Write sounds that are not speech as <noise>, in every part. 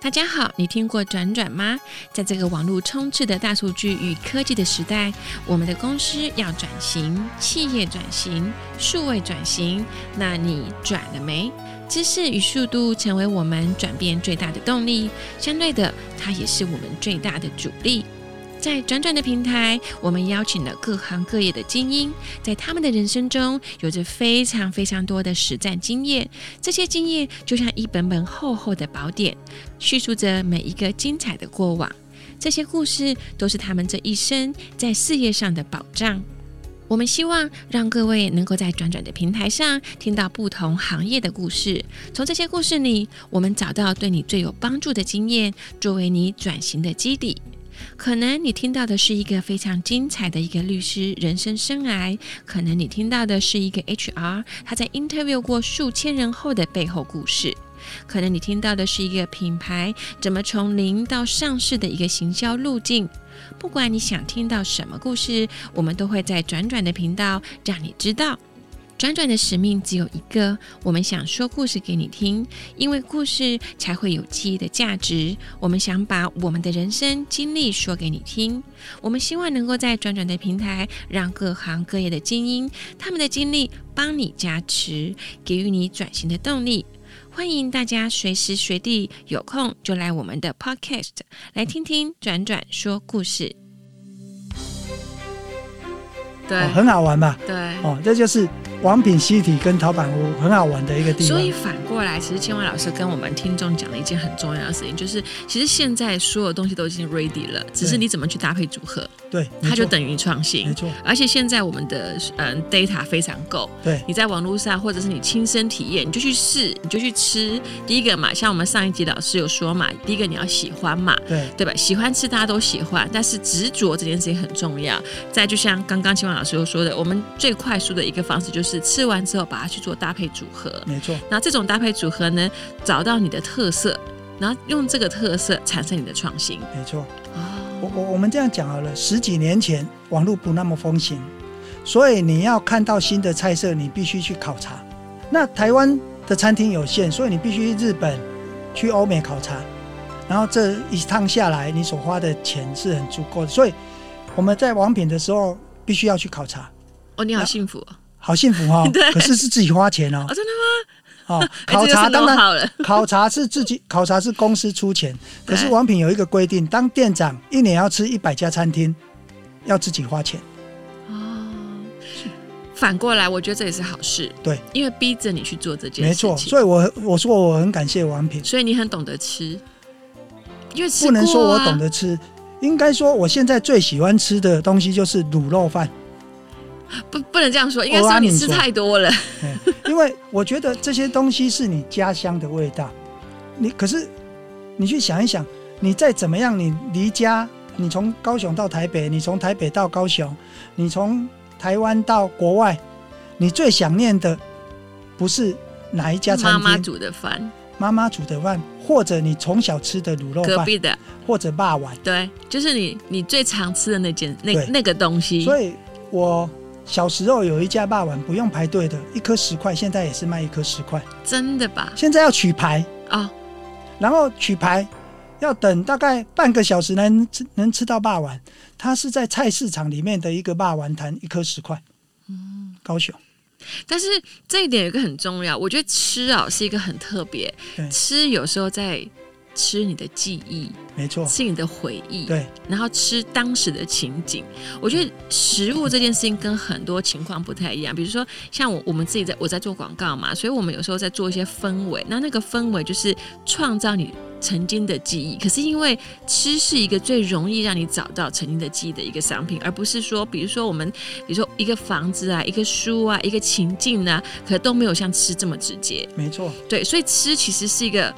大家好，你听过转转吗？在这个网络充斥的大数据与科技的时代，我们的公司要转型，企业转型，数位转型，那你转了没？知识与速度成为我们转变最大的动力，相对的，它也是我们最大的阻力。在转转的平台，我们邀请了各行各业的精英，在他们的人生中有着非常非常多的实战经验。这些经验就像一本本厚厚的宝典，叙述着每一个精彩的过往。这些故事都是他们这一生在事业上的保障。我们希望让各位能够在转转的平台上听到不同行业的故事，从这些故事里，我们找到对你最有帮助的经验，作为你转型的基底。可能你听到的是一个非常精彩的一个律师人生生涯，可能你听到的是一个 HR 他在 interview 过数千人后的背后故事，可能你听到的是一个品牌怎么从零到上市的一个行销路径。不管你想听到什么故事，我们都会在转转的频道让你知道。转转的使命只有一个，我们想说故事给你听，因为故事才会有记忆的价值。我们想把我们的人生经历说给你听，我们希望能够在转转的平台，让各行各业的精英他们的经历帮你加持，给予你转型的动力。欢迎大家随时随地有空就来我们的 Podcast 来听听转转说故事。哦对很好玩吧？对，哦，这就是王品西体跟陶板屋很好玩的一个地方所。以反过来，其实千万老师跟我们听众讲了一件很重要的事情，就是其实现在所有东西都已经 ready 了，只是对你怎么去搭配组合，对，它没就错嗯等于创没新。错，而且现在我们的嗯 data 非常够，对你在网络上或者是你亲身体验，你就去试，你就去吃。第一个嘛，像我们上一集老师有说嘛，第一个你要喜欢嘛，对对吧？喜欢吃大家都喜欢，但是执着这件事情很重要。再就像刚刚清华老师又说的，我们最快速的一个方式就是吃完之后把它去做搭配组合。没错，那这种搭配组合呢，找到你的特色，然后用这个特色产生你的创新。没错。哦，我我我们这样讲好了，十几年前网络不那么风行，所以你要看到新的菜色，你必须去考察。那台湾的餐厅有限，所以你必须去日本、去欧美考察，然后这一趟下来，你所花的钱是很足够的。所以我们在网品的时候，必须要去考察。哦，你好幸福哦！！好幸福哦 <laughs> 对可是是自己花钱哦哦，。真的哦，吗？<laughs> 考哎察这当个是 know 然，好了，考察是自己考察是公司出钱，可是对王品有一个规定，当店长一年要吃一百家餐厅，要自己花钱。哦，反过来，我觉得这也是好事。对，因为逼着你去做这件没事情。错，所以我我说我很感谢王品，所以你很懂得吃，因为吃、啊不能说我懂。得吃。应该说，我现在最喜欢吃的东西就是卤肉饭，不，不能这样说，应该啊说你吃太多了。嗯因为我觉得这些东西是你家乡的味道。你可是你去想一想，你再怎么样，你离家，你从高雄到台北，你从台北到高雄，你从台湾到国外，你最想念的不是哪一家餐妈妈厅？煮的饭，妈妈煮的饭，或者你从小吃的卤肉隔饭，壁的，或者霸碗。对，就是你你最常吃的那件那对那个东西。所以我小时候有一家霸碗不用排队的，一颗十块，现在也是卖一颗十块。真的吧？现在要取牌，哦，然后取牌要等大概半个小时能吃能吃到霸丸，它是在菜市场里面的一个霸丸摊，一颗十块。高雄，但是这一点有一个很重要，我觉得吃啊是一个很特别，对，吃有时候在吃你的记忆，没错，吃你的回忆，对，然后吃当时的情景。我觉得食物这件事情跟很多情况不太一样，比如说像我我们自己在我在做广告嘛，所以我们有时候在做一些氛围，那那个氛围就是创造你。曾经的记忆，可是因为吃是一个最容易让你找到曾经的记忆的一个商品，而不是说，比如说我们，比如说一个房子啊，一个书啊，一个情境啊，可都没有像吃这么直接。没错，对，所以吃其实是一个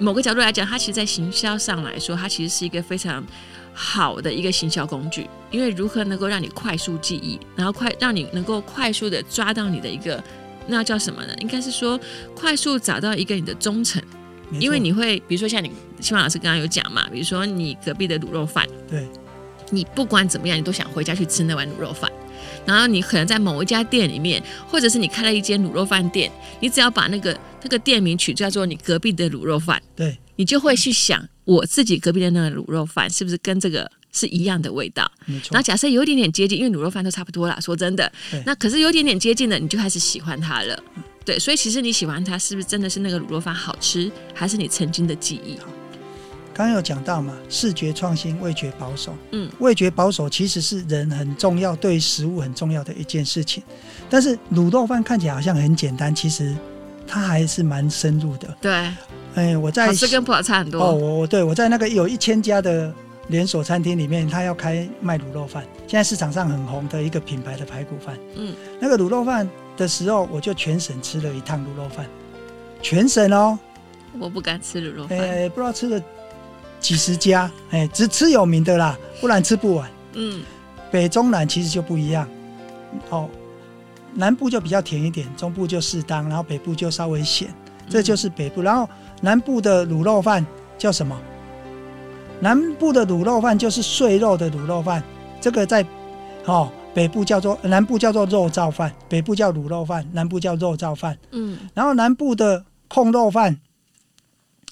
某个角度来讲，它其实在行销上来说，它其实是一个非常好的一个行销工具，因为如何能够让你快速记忆，然后快让你能够快速的抓到你的一个。那叫什么呢？应该是说快速找到一个你的忠诚，没错因为你会，比如说像你清华老师刚刚有讲嘛，比如说你隔壁的卤肉饭，对你不管怎么样，你都想回家去吃那碗卤肉饭。然后你可能在某一家店里面，或者是你开了一间卤肉饭店，你只要把那个那个店名取叫做你隔壁的卤肉饭，对，你就会去想我自己隔壁的那个卤肉饭是不是跟这个是一样的味道。没然错后，假设有一点点接近，因为卤肉饭都差不多啦，说真的对，那可是有一点点接近了，你就开始喜欢它了。对，所以其实你喜欢它，是不是真的是那个卤肉饭好吃，还是你曾经的记忆？刚刚有讲到嘛，视觉创新，味觉保守。嗯，味觉保守其实是人很重要，对食物很重要的一件事情。但是卤肉饭看起来好像很简单，其实它还是蛮深入的。对，哎，我在好吃跟不好差很多。哦，我我对我在那个有一千家的连锁餐厅里面，他要开卖卤肉饭，现在市场上很红的一个品牌的排骨饭。嗯，那个卤肉饭的时候，我就全省吃了一趟卤肉饭，全省哦，我不敢吃卤肉哎、饭。不知道吃了几十家，哎、只吃有名的啦，不然吃不完。嗯，北中南其实就不一样，哦，南部就比较甜一点，中部就适当，然后北部就稍微咸，这就是北部。然后南部的卤肉饭叫什么？南部的卤肉饭就是碎肉的卤肉饭，这个在哦北部叫做南部叫做肉燥饭，北部叫卤肉饭，南部叫肉燥饭。嗯然后南部的控肉饭，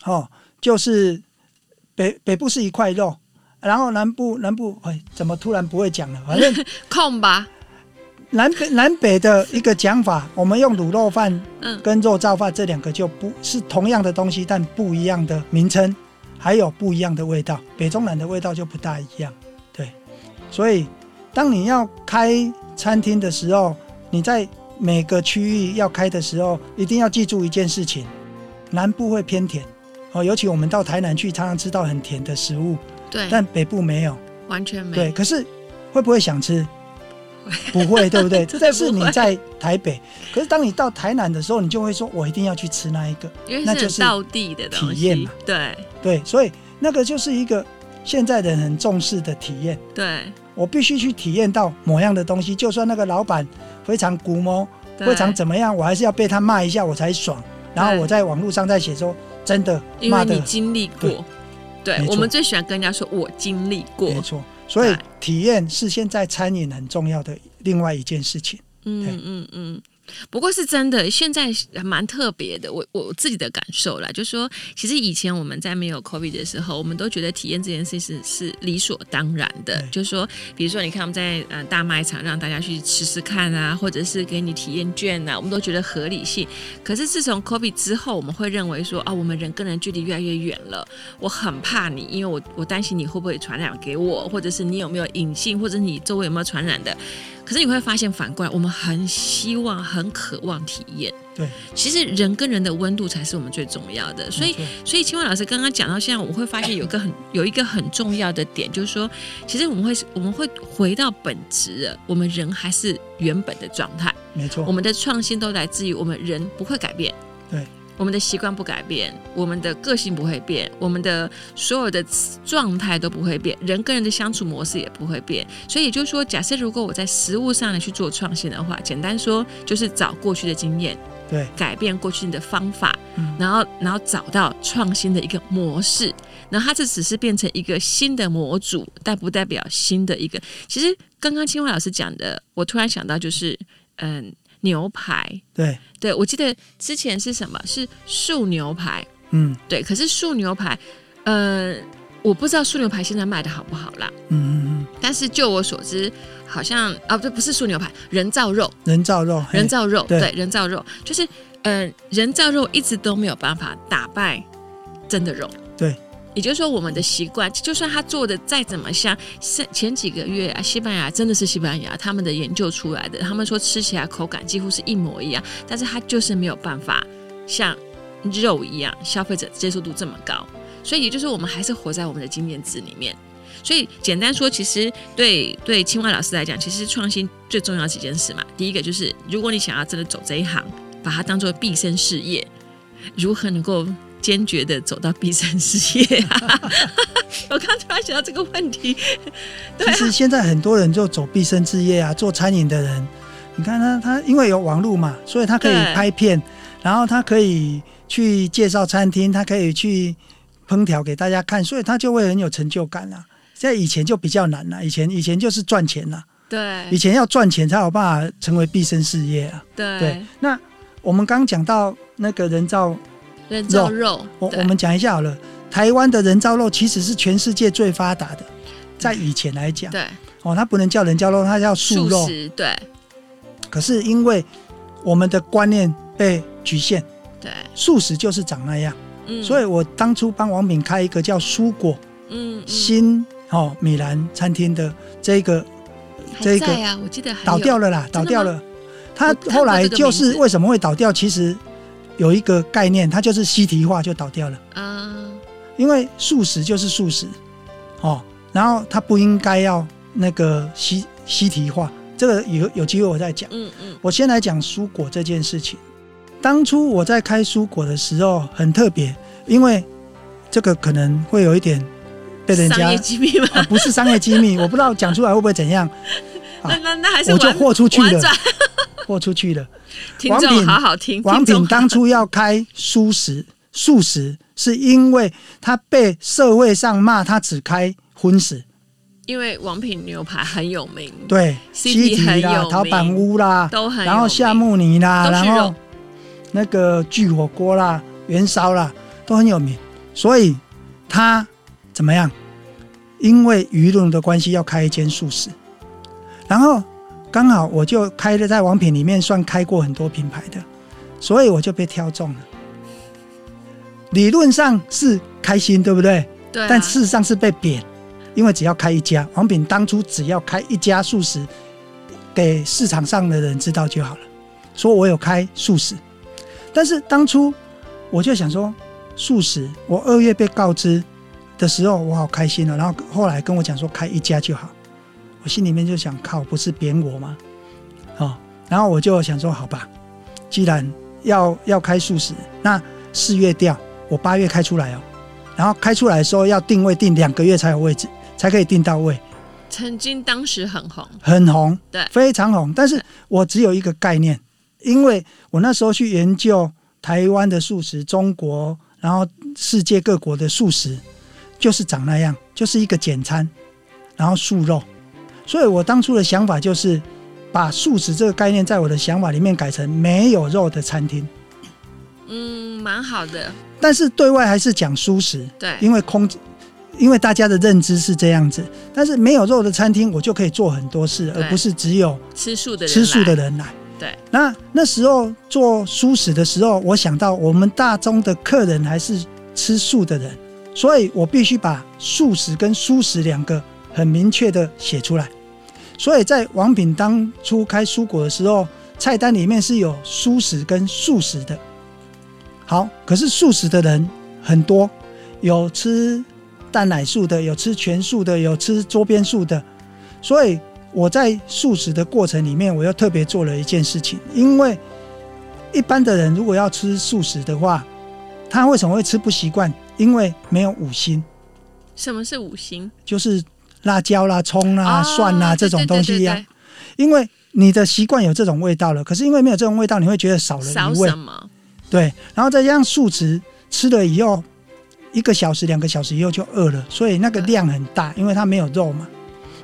哦，就是北北部是一块肉，然后南部南部哎，怎么突然不会讲了？反正控吧，南 <laughs> 北南北的一个讲法，我们用卤肉饭嗯跟肉燥饭这两个就不是同样的东西，但不一样的名称，还有不一样的味道，北中南的味道就不大一样。对，所以当你要开餐厅的时候，你在每个区域要开的时候，一定要记住一件事情：南部会偏甜哦，尤其我们到台南去，常常吃到很甜的食物，对，但北部没有。完全没对，可是会不会 <laughs> 想吃？不会，对不对？这真的是不你会在台北，可是当你到台南的时候，你就会说，我一定要去吃那一个。因为那是就很是道地的东体验西嘛，对对，所以那个就是一个现在人很重视的体验。对，我必须去体验到某样的东西，就算那个老板非常古摸，对非常怎么样，我还是要被他骂一下我才爽。然后对我在网络上再写说，真的因骂为的你经历过，对没错我们最喜欢跟人家说“我经历过没错。所以对体验是现在餐饮很重要的另外一件事情。”，嗯嗯嗯。不过是真的，现在还蛮特别的。我我我自己的感受啦，就说其实以前我们在没有 COVID 的时候，我们都觉得体验这件事是是理所当然的。对就说，比如说你看我们在呃大卖场让大家去吃吃看啊，或者是给你体验券啊，我们都觉得合理性。可是自从 COVID 之后，我们会认为说，啊，我们人跟人距离越来越远了，我很怕你，因为我我担心你会不会传染给我，或者是你有没有隐性，或者你周围有没有传染的。可是你会发现，反过来，我们很希望、很渴望体验。对，其实人跟人的温度才是我们最重要的。所以没错所以青蛙老师刚刚讲到现在，我们会发现有一个 <coughs> 很有一个很重要的点，就是说，其实我们会我们会回到本质了，我们人还是原本的状态，没我错，们的创新都来自于我们人不会改变。对。我们的习惯不改变，我们的个性不会变，我们的所有的状态都不会变，人跟人的相处模式也不会变。所以也就是说，假设如果我在食物上来去做创新的话，简单说就是找过去的经验，对，改变过去的方法，嗯然后然后找到创新的一个模式，然后它这只是变成一个新的模组，但不代表新的一个。其实刚刚清华老师讲的，我突然想到就是，嗯，牛排，对，对我记得之前是什么是素牛排，嗯对，可是素牛排，呃，我不知道素牛排现在卖的好不好啦，嗯嗯嗯，但是就我所知，好像啊，这不是素牛排，人造肉，人造肉，嘿人造肉，对对，人造肉，就是嗯、呃人造肉一直都没有办法打败真的肉。对，也就是说，我们的习惯，就算他做的再怎么像，是前几个月啊，西班牙真的是西班牙，他们的研究出来的，他们说吃起来口感几乎是一模一样，但是它就是没有办法像肉一样，消费者接受度这么高。所以，也就是我们还是活在我们的经验值里面。所以简单说，其实对对青蛙老师来讲，其实创新最重要的几件事嘛。第一个就是，如果你想要真的走这一行，把它当做毕生事业，如何能够坚决的走到毕生事业、 <laughs> 啊？我刚突然想到这个问题，对其实啊，现在很多人就走毕生置业啊，做餐饮的人，你看他他因为有网络嘛，所以他可以对拍片，然后他可以去介绍餐厅，他可以去烹调给大家看，所以他就会很有成就感啦、在以前就比较难啦、以前以前就是赚钱啦、对以前要赚钱才有办法成为毕生事业啊。对对，，那我们刚讲到那个人造，人造肉，我对我们讲一下好了。台湾的人造肉其实是全世界最发达的，在以前来讲，对哦，它不能叫人造肉，它叫素素肉。食，对可是因为我们的观念被局限，对，素食就是长那样。嗯，所以以我当初帮王敏开一个叫“蔬果嗯，嗯新”哦米兰餐厅的这个还这个在啊，我记得还倒有掉了啦，真的倒吗掉了。它我看过后来这个就名是字为什么会倒掉，其实有一个概念，它就是西提化就倒掉了，啊，因为素食就是素食哦，然后它不应该要那个西西提化，这个有有机会我再讲。嗯嗯我先来讲蔬果这件事情。当初我在开蔬果的时候很特别，因为这个可能会有一点被人商家业机密吗？啊，不是商业机密，我 <laughs> 不知道讲出来会不会怎样，<laughs> 啊那那那还是我就婉豁出去婉了转，，豁出去了。听王众品好好听，王听众品当初要开素食，素食是因为他被社会上骂他只开荤食，因为王品牛排很有名，对， CP 很有啦、名陶板屋啦，都很有名，然后夏目尼啦，都是然肉后那个巨火锅啦、元烧啦，都很有名。所以他怎么样？因为舆论的关系，要开一间素食。然后刚好我就开了，在王品里面算开过很多品牌的，所以我就被挑中了。理论上是开心，对不对？对啊，但事实上是被贬，因为只要开一家，王炳当初只要开一家素食，给市场上的人知道就好了，说我有开素食。但是当初我就想说，素食，我二月被告知的时候，我好开心哦。然后后来跟我讲说开一家就好，我心里面就想，靠，不是贬我吗？哦，然后我就想说，好吧，既然要要开素食，那四月掉，我八月开出来哦。然后开出来的时候要定位定两个月才有位置，才可以定到位，曾经当时很红，很红，对非常红。但是我只有一个概念，因为我那时候去研究台湾的素食、中国，然后世界各国的素食，就是长那样，就是一个简餐，然后素肉。所以我当初的想法就是，把素食这个概念在我的想法里面改成没有肉的餐厅，嗯，蛮好的，但是对外还是讲素食。对，因为空，因为大家的认知是这样子，但是没有肉的餐厅，我就可以做很多事，对而不是只有吃素的人，吃素的，人来。对，那那时候做素食的时候，我想到我们大众的客人还是吃素的人，所以我必须把素食跟素食两个很明确的写出来。所以在王品当初开蔬果的时候，菜单里面是有素食跟素食的。好，可是素食的人很多，有吃蛋奶素的，有吃全素的，有吃桌边素的，所以我在素食的过程里面，我又特别做了一件事情，因为一般的人如果要吃素食的话，他为什么会吃不习惯？因为没有五辛，什么是五星就是辣椒啦、葱啦、啊蒜啦哦这种对东对西对呀、对因为你的习惯有这种味道了，可是因为没有这种味道，你会觉得少对了少一味什。么？对，然后再加上素食吃了以后，一个小时、两个小时以后就饿了，所以那个对量很大，因为它没有肉嘛，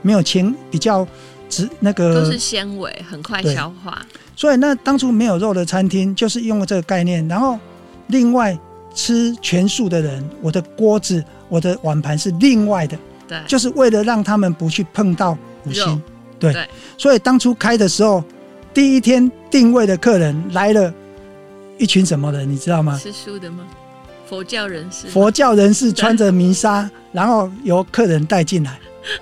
没有纤，比较直那个都是纤维，很快对消化，所以那当初没有肉的餐厅就是用了这个概念，然后另外吃全素的人，我的锅子、我的碗盘是另外的，对，呃就是为了让他们不去碰到五嗯肉星。对，对所以当初开的时候，第一天定位的客人来了一群什么人，你知道吗？吃素的吗？佛教人士吗，啊佛教人士穿着弥纱，然后由客人带进来，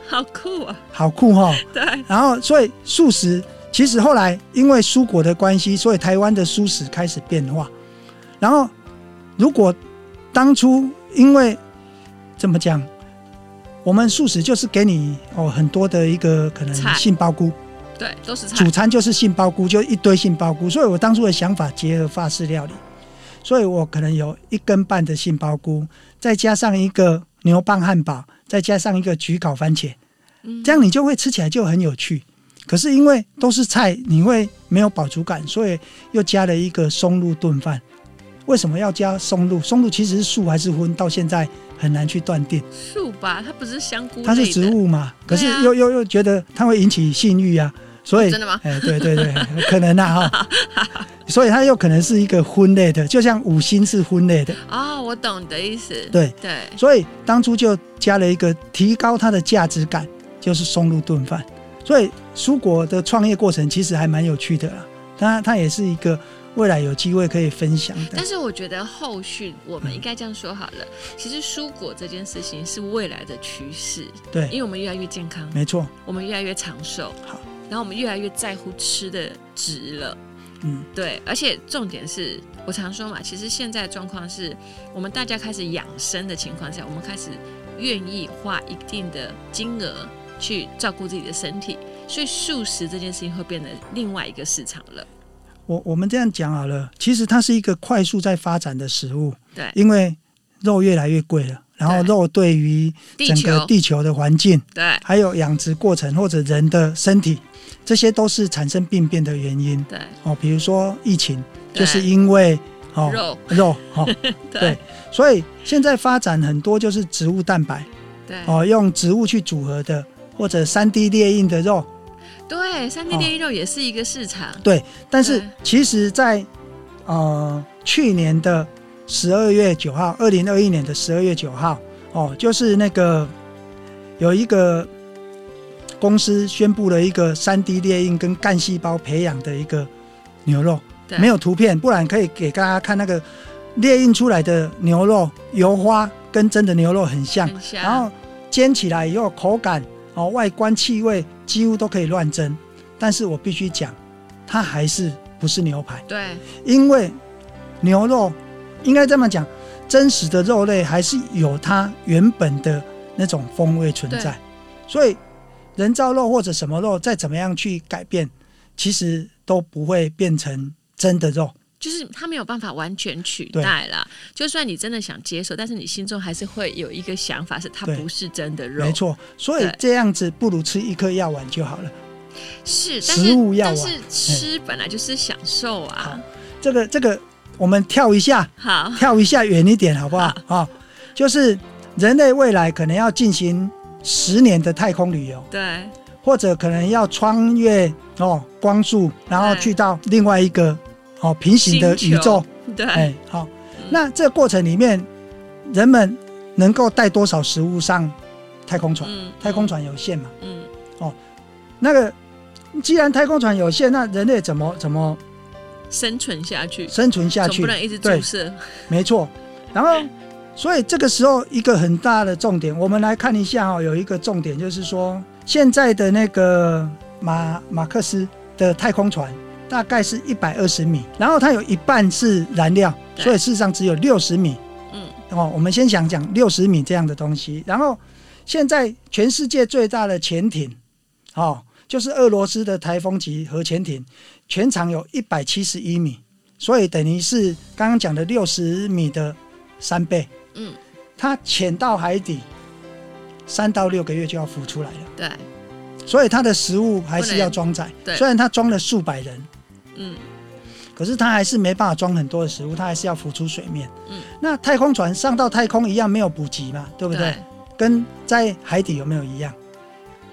好酷啊，好酷哦哈、对，然后，所以素食其实后来因为蔬果的关系，所以台湾的素食开始变化。然后，如果当初因为怎么讲，我们素食就是给你哦很多的一个可能菜杏鲍菇，对，都是菜主，餐就是杏鲍菇，就一堆杏鲍菇。所以我当初的想法结合法式料理，所以我可能有一根半的杏鲍菇，再加上一个牛蒡汉堡，再加上一个焗烤番茄，嗯这样你就会吃起来就很有趣。可是因为都是菜，你会没有饱足感，所以又加了一个松露炖饭。为什么要加松露？松露其实是素还是荤，到现在很难去断定。树吧，它不是香菇类的，它是植物嘛，可是对啊哦又又又觉得它会引起性欲啊，所以真的吗？哎，对对对，可能啊 <laughs> 哈，所以它又可能是一个荤类的，就像五辛是荤类的，哦，我懂你的意思。对，对，所以当初就加了一个提高它的价值感，就是松露炖饭。所以蔬果的创业过程其实还蛮有趣的啦，它它也是一个未来有机会可以分享的但。是我觉得后续我们应该这样说好了，嗯其实蔬果这件事情是未来的趋势，因对，为我们越来越健康，没错，我们越来越长寿，好，然后我们越来越在乎吃的值了。嗯，对，而且重点是我常说嘛，其实现在的状况是我们大家开始养生的情况下，我们开始愿意花一定的金额去照顾自己的身体，所以素食这件事情会变得另外一个市场了。我我们这样讲好了，其实它是一个快速在发展的食物，对，因为肉越来越贵了，然后对肉对于地整球个地球的环境。对还有养殖过程或者人的身体，这些都是产生病变的原因对哦。比如说疫情，对就是因为哦肉肉 <laughs> 哦，对，所以现在发展很多就是植物蛋白对哦，用植物去组合的，或者三 D 列印的肉。对，三 D 哦炼肉也是一个市场。但是对其实在，呃去年的十二月九号，二零二一年的十二月九号哦，就是那个有一个公司宣布了一个三 D 列印跟干细胞培养的一个牛肉对，没有图片，不然可以给大家看那个列印出来的牛肉油花跟真的牛肉很像，很香哦然后煎起来以后口感哦、外观、气味几乎都可以乱蒸，但是我必须讲，它还是不是牛排，对因为牛肉应该这么讲，真实的肉类还是有它原本的那种风味存在，所以人造肉或者什么肉再怎么样去改变，其实都不会变成真的肉。就是它没有办法完全取代啦。就算你真的想接受，但是你心中还是会有一个想法，是它对不是真的肉。没，错，所以对这样子不如吃一颗药丸就好了。是，但食是物要嗯但啊是吃本来就是享受啊。这个这个，我们跳一下，好，跳一下远一点好不好？啊、就是人类未来可能要进行十年的太空旅游，对或者可能要穿越哦光速，然后对去到另外一个哦平行的宇宙。对、哎，好、那这个过程里面，人们能够带多少食物上太空船？嗯，太空船有限嘛？嗯，那个既然太空船有限，那人类怎么怎么生存下去，生存下总去不？能一直注对射。没错。然后，所以这个时候一个很大的重点，我们来看一下哦，有一个重点就是说，现在的那个马马克思的太空船大概是一百二十米，然后它有一半是燃料，对所以事实上只有六十米。嗯，哦，我们先想讲六十米这样的东西。然后，现在全世界最大的潜艇，哦，就是俄罗斯的台风级核潜艇，全长有一百七十一米。所以等于是刚刚讲的六十米的三倍。嗯，它潜到海底，三到六个月就要浮出来了，对，所以它的食物还是要装载对。虽然它装了数百人，嗯，可是它还是没办法装很多的食物，它还是要浮出水面。嗯，那太空船上到太空一样没有补给嘛，对不对？跟在海底有没有一样？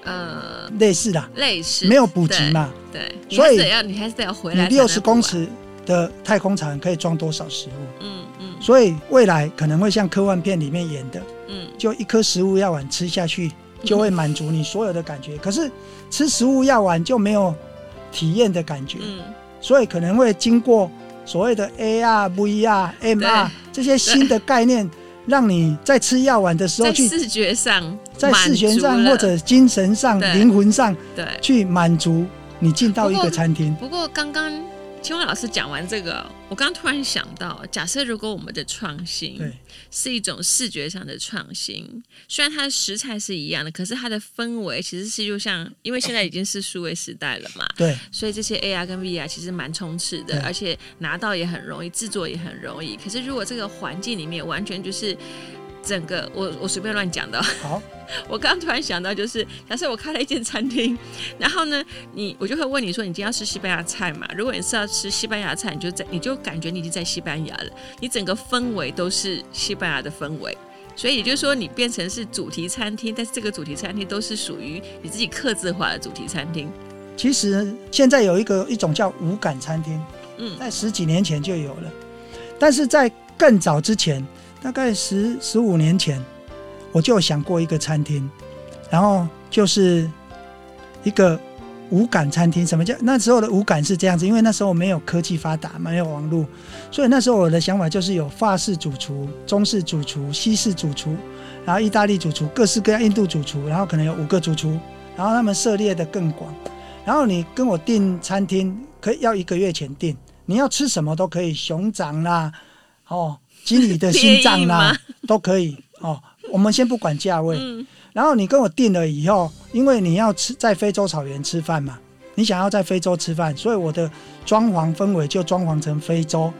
呃，类似的，类似没有补给嘛。对，对，所以你还是得要你还是得要回你来。六十公，尺的太空船可以装多少食物？嗯嗯所以未来可能会像科幻片里面演的，嗯，就一颗食物药丸吃下去，就会满足你所有的感觉。可是吃食物药丸就没有体验的感觉，嗯，所以可能会经过所谓的 AR、VR、MR 这些新的概念，让你在吃药丸的时候在去视觉上，在视觉上满足了或者精神上、对灵魂上对，去满足你进到一不过个餐厅。不过刚刚青蛙老师讲完这个，我刚突然想到，假设如果我们的创新对是一种视觉上的创新，虽然它的食材是一样的，可是它的氛围其实是就像，因为现在已经是数位时代了嘛，对所以这些 AR 跟 VR 其实蛮充斥对的，而且拿到也很容易，制作也很容易。可是如果这个环境里面完全就是整个我我随便乱讲的哦、好， <laughs> 我刚刚突然想到，就是假设我开了一间餐厅，然后呢，你我就会问你说，你今天要吃西班牙菜嘛？如果你是要吃西班牙菜，你就在你就感觉你已经在西班牙了，你整个氛围都是西班牙的氛围。所以也就是说，你变成是主题餐厅，但是这个主题餐厅都是属于你自己刻字化的主题餐厅。其实现在有一个一种叫无感餐厅，嗯在十几年前就有了，但是在更早之前，大概十十五年前，我就有想过一个餐厅，然后就是一个无感餐厅。什么叫那时候的无感是这样子？因为那时候没有科技发达，没有网络，所以那时候我的想法就是有法式主厨、中式主厨、西式主厨，然后意大利主厨、各式各样印度主厨，然后可能有五个主厨，然后他们涉猎的更广。然后你跟我订餐厅，可以要一个月前订，你要吃什么都可以，熊掌啦，哦，经理的心脏便宜啦，都可以哦。我们先不管价位，嗯，然后你跟我订了以后，因为你要吃在非洲草原吃饭嘛，你想要在非洲吃饭，所以我的装潢氛围就装潢成非洲，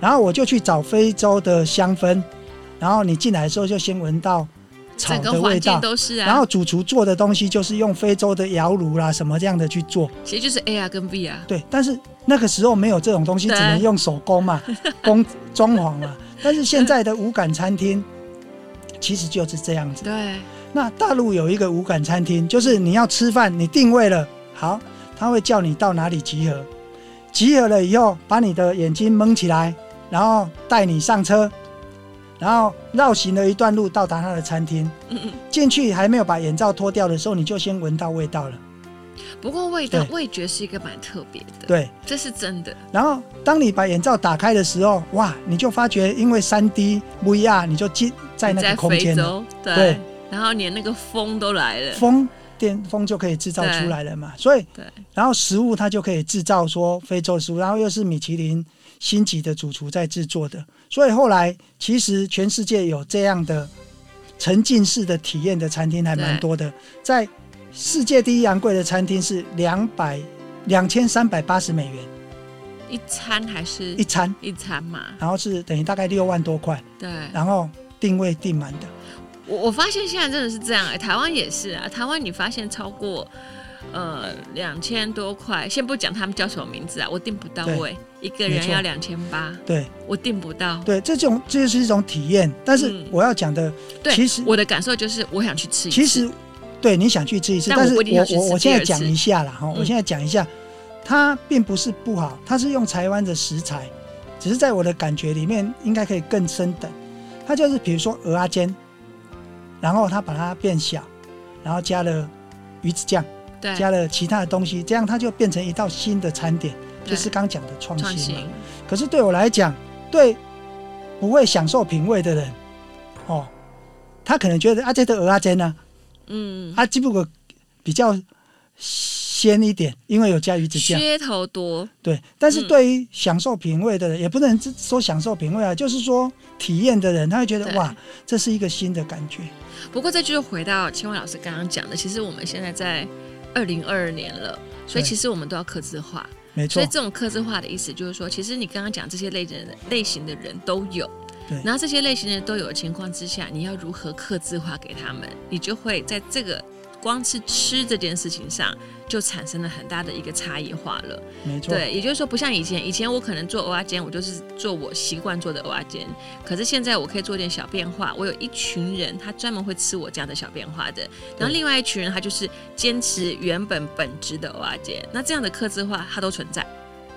然后我就去找非洲的香氛，然后你进来的时候就先闻到草整个的味环境道，都是啊。然后主厨做的东西就是用非洲的窑炉啦什么这样的去做，其实就是 A 啊跟 B 啊，对，但是那个时候没有这种东西，只对啊能用手 <laughs> 工嘛，工装潢嘛，但是现在的无感餐厅其实就是这样子。对，那大陆有一个无感餐厅，就是你要吃饭，你定位了，好，他会叫你到哪里集合，集合了以后，把你的眼睛蒙起来，然后带你上车，然后绕行了一段路到达他的餐厅。嗯嗯。进去还没有把眼罩脱掉的时候，你就先闻到味道了。不过味道对味觉是一个蛮特别的，，对，这是真的。然后当你把眼罩打开的时候，哇，你就发觉因为3 D VR，你就进在你那在个空非间了。洲，对，对然后连那个风都来了，风电风就可以制造出来了嘛，所以对然后食物它就可以制造说非洲食物，然后又是米其林星级的主厨在制作的，所以后来其实全世界有这样的沉浸式的体验的餐厅还蛮多的，在世界第一昂贵的餐厅是两百两千三百八十美元一餐还是一餐，一餐嘛，然后是等于大概六万多块，对。然后定位订满的，我我发现现在真的是这样、哎，台湾也是啊，台湾你发现超过呃两千多块，先不讲他们叫什么名字啊，我订不到对位，一个没人错要两千八，对我订不到。对，这种这就是一种体验，但是嗯我要讲的。对，其实我的感受就是我想去吃一次，其实，对你想去吃一次，但但是我不一定要我去我吃第我现二在讲次一下啦，哈，我嗯现在讲一下，它并不是不好，它是用台湾的食材，只是在我的感觉里面应该可以更深等。它就是比如说鹅啊煎，然后它把它变小，然后加了鱼子酱，对加了其他的东西，这样它就变成一道新的餐点，就是刚讲的创创新嘛新。，可是对我来讲，对不会享受品味的人，哦，他可能觉得啊，这个鹅啊煎呢、嗯，它只不过比较鲜一点，因为有加鱼子酱。噱头多，对，但是嗯对于享受品味的人，也不能只说享受品味啊，就是说体验的人，他会觉得对哇，这是一个新的感觉。不过这就是回到千万老师刚刚讲的，其实我们现在在二零二二年了，所以对其实我们都要刻字化。没所错以，这种克制化的意思就是说，其实你刚刚讲这些类人类型的人都有对，然后这些类型的人都有的情况之下，你要如何克制化给他们，你就会在这个光是吃这件事情上就产生了很大的一个差异化了。没错，对，也就是说不像以前，以前我可能做蚵仔煎，我就是做我习惯做的蚵仔煎。可是现在我可以做点小变化，我有一群人他专门会吃我这样的小变化的，然后另外一群人他就是坚持原本本质的蚵仔煎。那这样的克制化它都存在，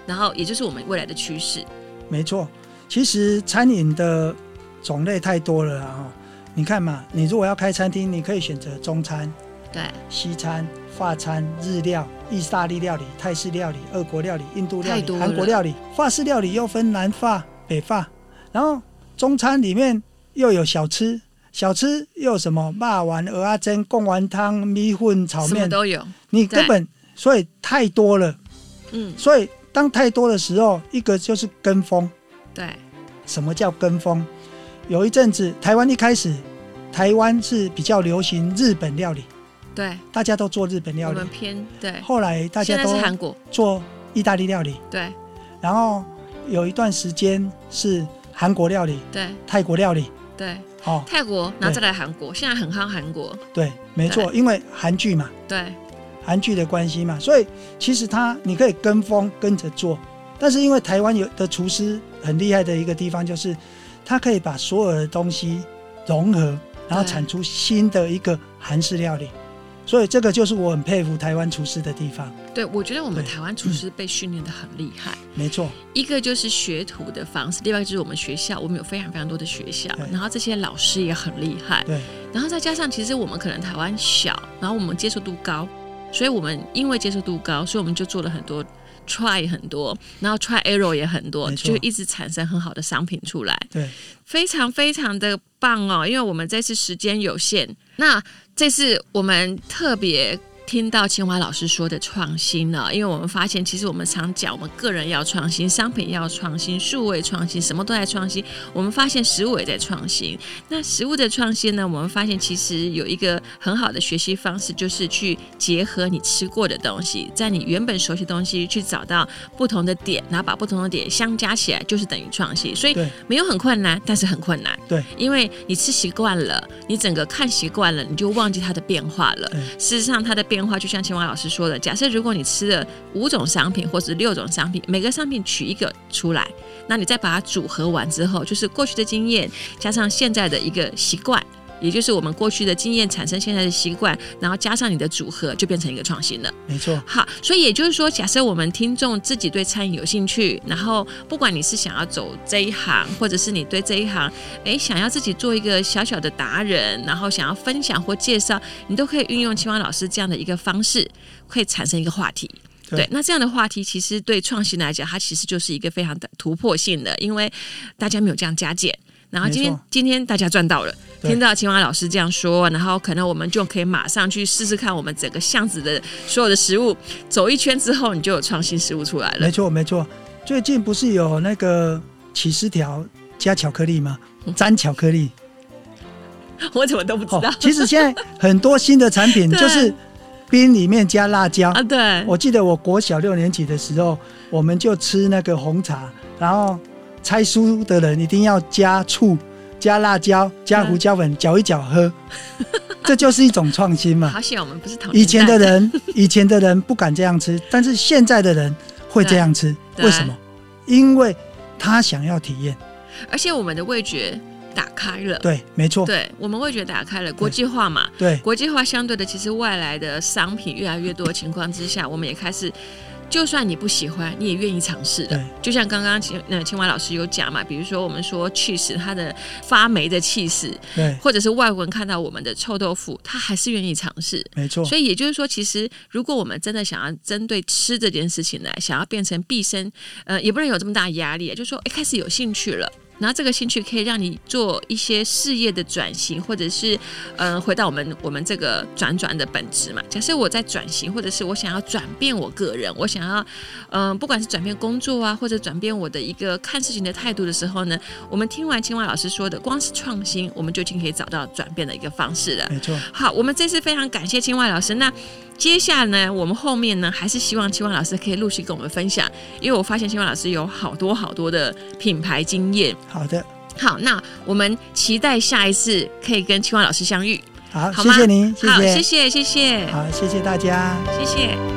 然后也就是我们未来的趋势。没错。其实餐饮的种类太多了啊、哦，你看嘛，你如果要开餐厅，你可以选择中餐、对西餐、法餐、日料、意大利料理、泰式料理、俄国料理、印度料太多理、韩国了料理、法式料理又分南法、北法，然后中餐里面又有小吃，小吃又有什么霸丸、鹅啊蒸、贡丸汤、米粉、炒什么面，都有。你对根本所以太多了，嗯，所以当太多的时候，一个就是跟风。对，什么叫跟风？有一阵子台湾一开始，台湾是比较流行日本料理，对，大家都做日本料我理们。偏对。后来大现家在是都韩国，做意大利料理，对然后有一段时间是韩国料理、对泰国料理，对，哦，泰国，然后再来韩国，现在很夯韩国，对，没错，因为韩剧嘛，对，韩剧的关系嘛，所以其实它你可以跟风跟着做，但是因为台湾有的厨师很厉害的一个地方就是，他可以把所有的东西融合，然后对产出新的一个韩式料理，所以这个就是我很佩服台湾厨师的地方。对，我觉得我们对嗯台湾厨师被训练的很厉害。没错，一个就是学徒的方式，另外一个就是我们学校，我们有非常非常多的学校对，然后这些老师也很厉害，对然后再加上其实我们可能台湾小，然后我们接受度高，所以我们因为接受度高，所以我们就做了很多 try 很多，然后 try error 也很多，没错就一直产生很好的商品出来，对，非常非常的棒哦。因为我们这次时间有限，那这次我们特别。听到青蛙老师说的创新呢、因为我们发现，其实我们常讲，我们个人要创新，商品要创新，数位创新，什么都在创新。我们发现食物也在创新。那食物的创新呢，我们发现其实有一个很好的学习方式，就是去结合你吃过的东西，在你原本熟悉的东西去找到不同的点，然后把不同的点相加起来，就是等于创新。所以对没有很困难，但是很困难。对，因为你吃习惯了，你整个看习惯了，你就忘记它的变化了。对事实上，它的变化就像青蛙老师说的，假设如果你吃了五种商品或者是六种商品，每个商品取一个出来，那你再把它组合完之后，就是过去的经验加上现在的一个习惯。也就是我们过去的经验产生现在的习惯，然后加上你的组合，就变成一个创新了。没错，好，所以也就是说，假设我们听众自己对餐饮有兴趣，然后不管你是想要走这一行，或者是你对这一行，诶，想要自己做一个小小的达人，然后想要分享或介绍，你都可以运用青蛙老师这样的一个方式，可以产生一个话题。对对，那这样的话题其实对创新来讲，它其实就是一个非常的突破性的，因为大家没有这样加减。然后今没天错今天大家赚到了，对听到青蛙老师这样说，然后可能我们就可以马上去试试看我们整个巷子的所有的食物，走一圈之后，你就有创新食物出来了没。错，没错。最近不是有那个起司条加巧克力吗？沾巧克力。我怎么都不嗯知道、哦，其实现在很多新的产品对就是冰里面加辣椒 <laughs> 啊？。对，我记得我国小六年级的时候，我们就吃那个红茶，然后猜书的人一定要加醋、加辣椒、加胡椒粉，搅一搅 <laughs> 喝，这就是一种创新嘛。好险，我们不是同以前的年代人，以前的人不敢这样吃，但是现在的人会这样吃，对为什么？因为他想要体验。而且我们的味觉打开了，对，没错，对，我们味觉打开了，国际化嘛，对，国际化相对的，其实外来的商品越来越多的情况之下，我们也开始，就算你不喜欢，你也愿意尝试的对。就像刚刚青呃青蛙老师有讲嘛，比如说我们说 cheese 它的发霉的 cheese，对，或者是外国人看到我们的臭豆腐，他还是愿意尝试。没错，所以也就是说，其实如果我们真的想要针对吃这件事情来，想要变成毕生，呃，也不能有这么大压力，就是说哎一开始有兴趣了。然后这个兴趣可以让你做一些事业的转型，或者是，呃，回到我们我们这个转转的本质嘛。假设我在转型，或者是我想要转变我个人，我想要，嗯、不管是转变工作啊，或者转变我的一个看事情的态度的时候呢，我们听完青蛙老师说的，光是创新，我们就已经可以找到转变的一个方式了。没错。好，我们这次非常感谢青蛙老师。那接下来呢，我们后面呢，还是希望青蛙老师可以陆续跟我们分享，因为我发现青蛙老师有好多好多的品牌经验。好的，好，那我们期待下一次可以跟青蛙老师相遇。好，好谢吗谢您，好，谢谢，谢谢，好，谢谢大家。谢谢。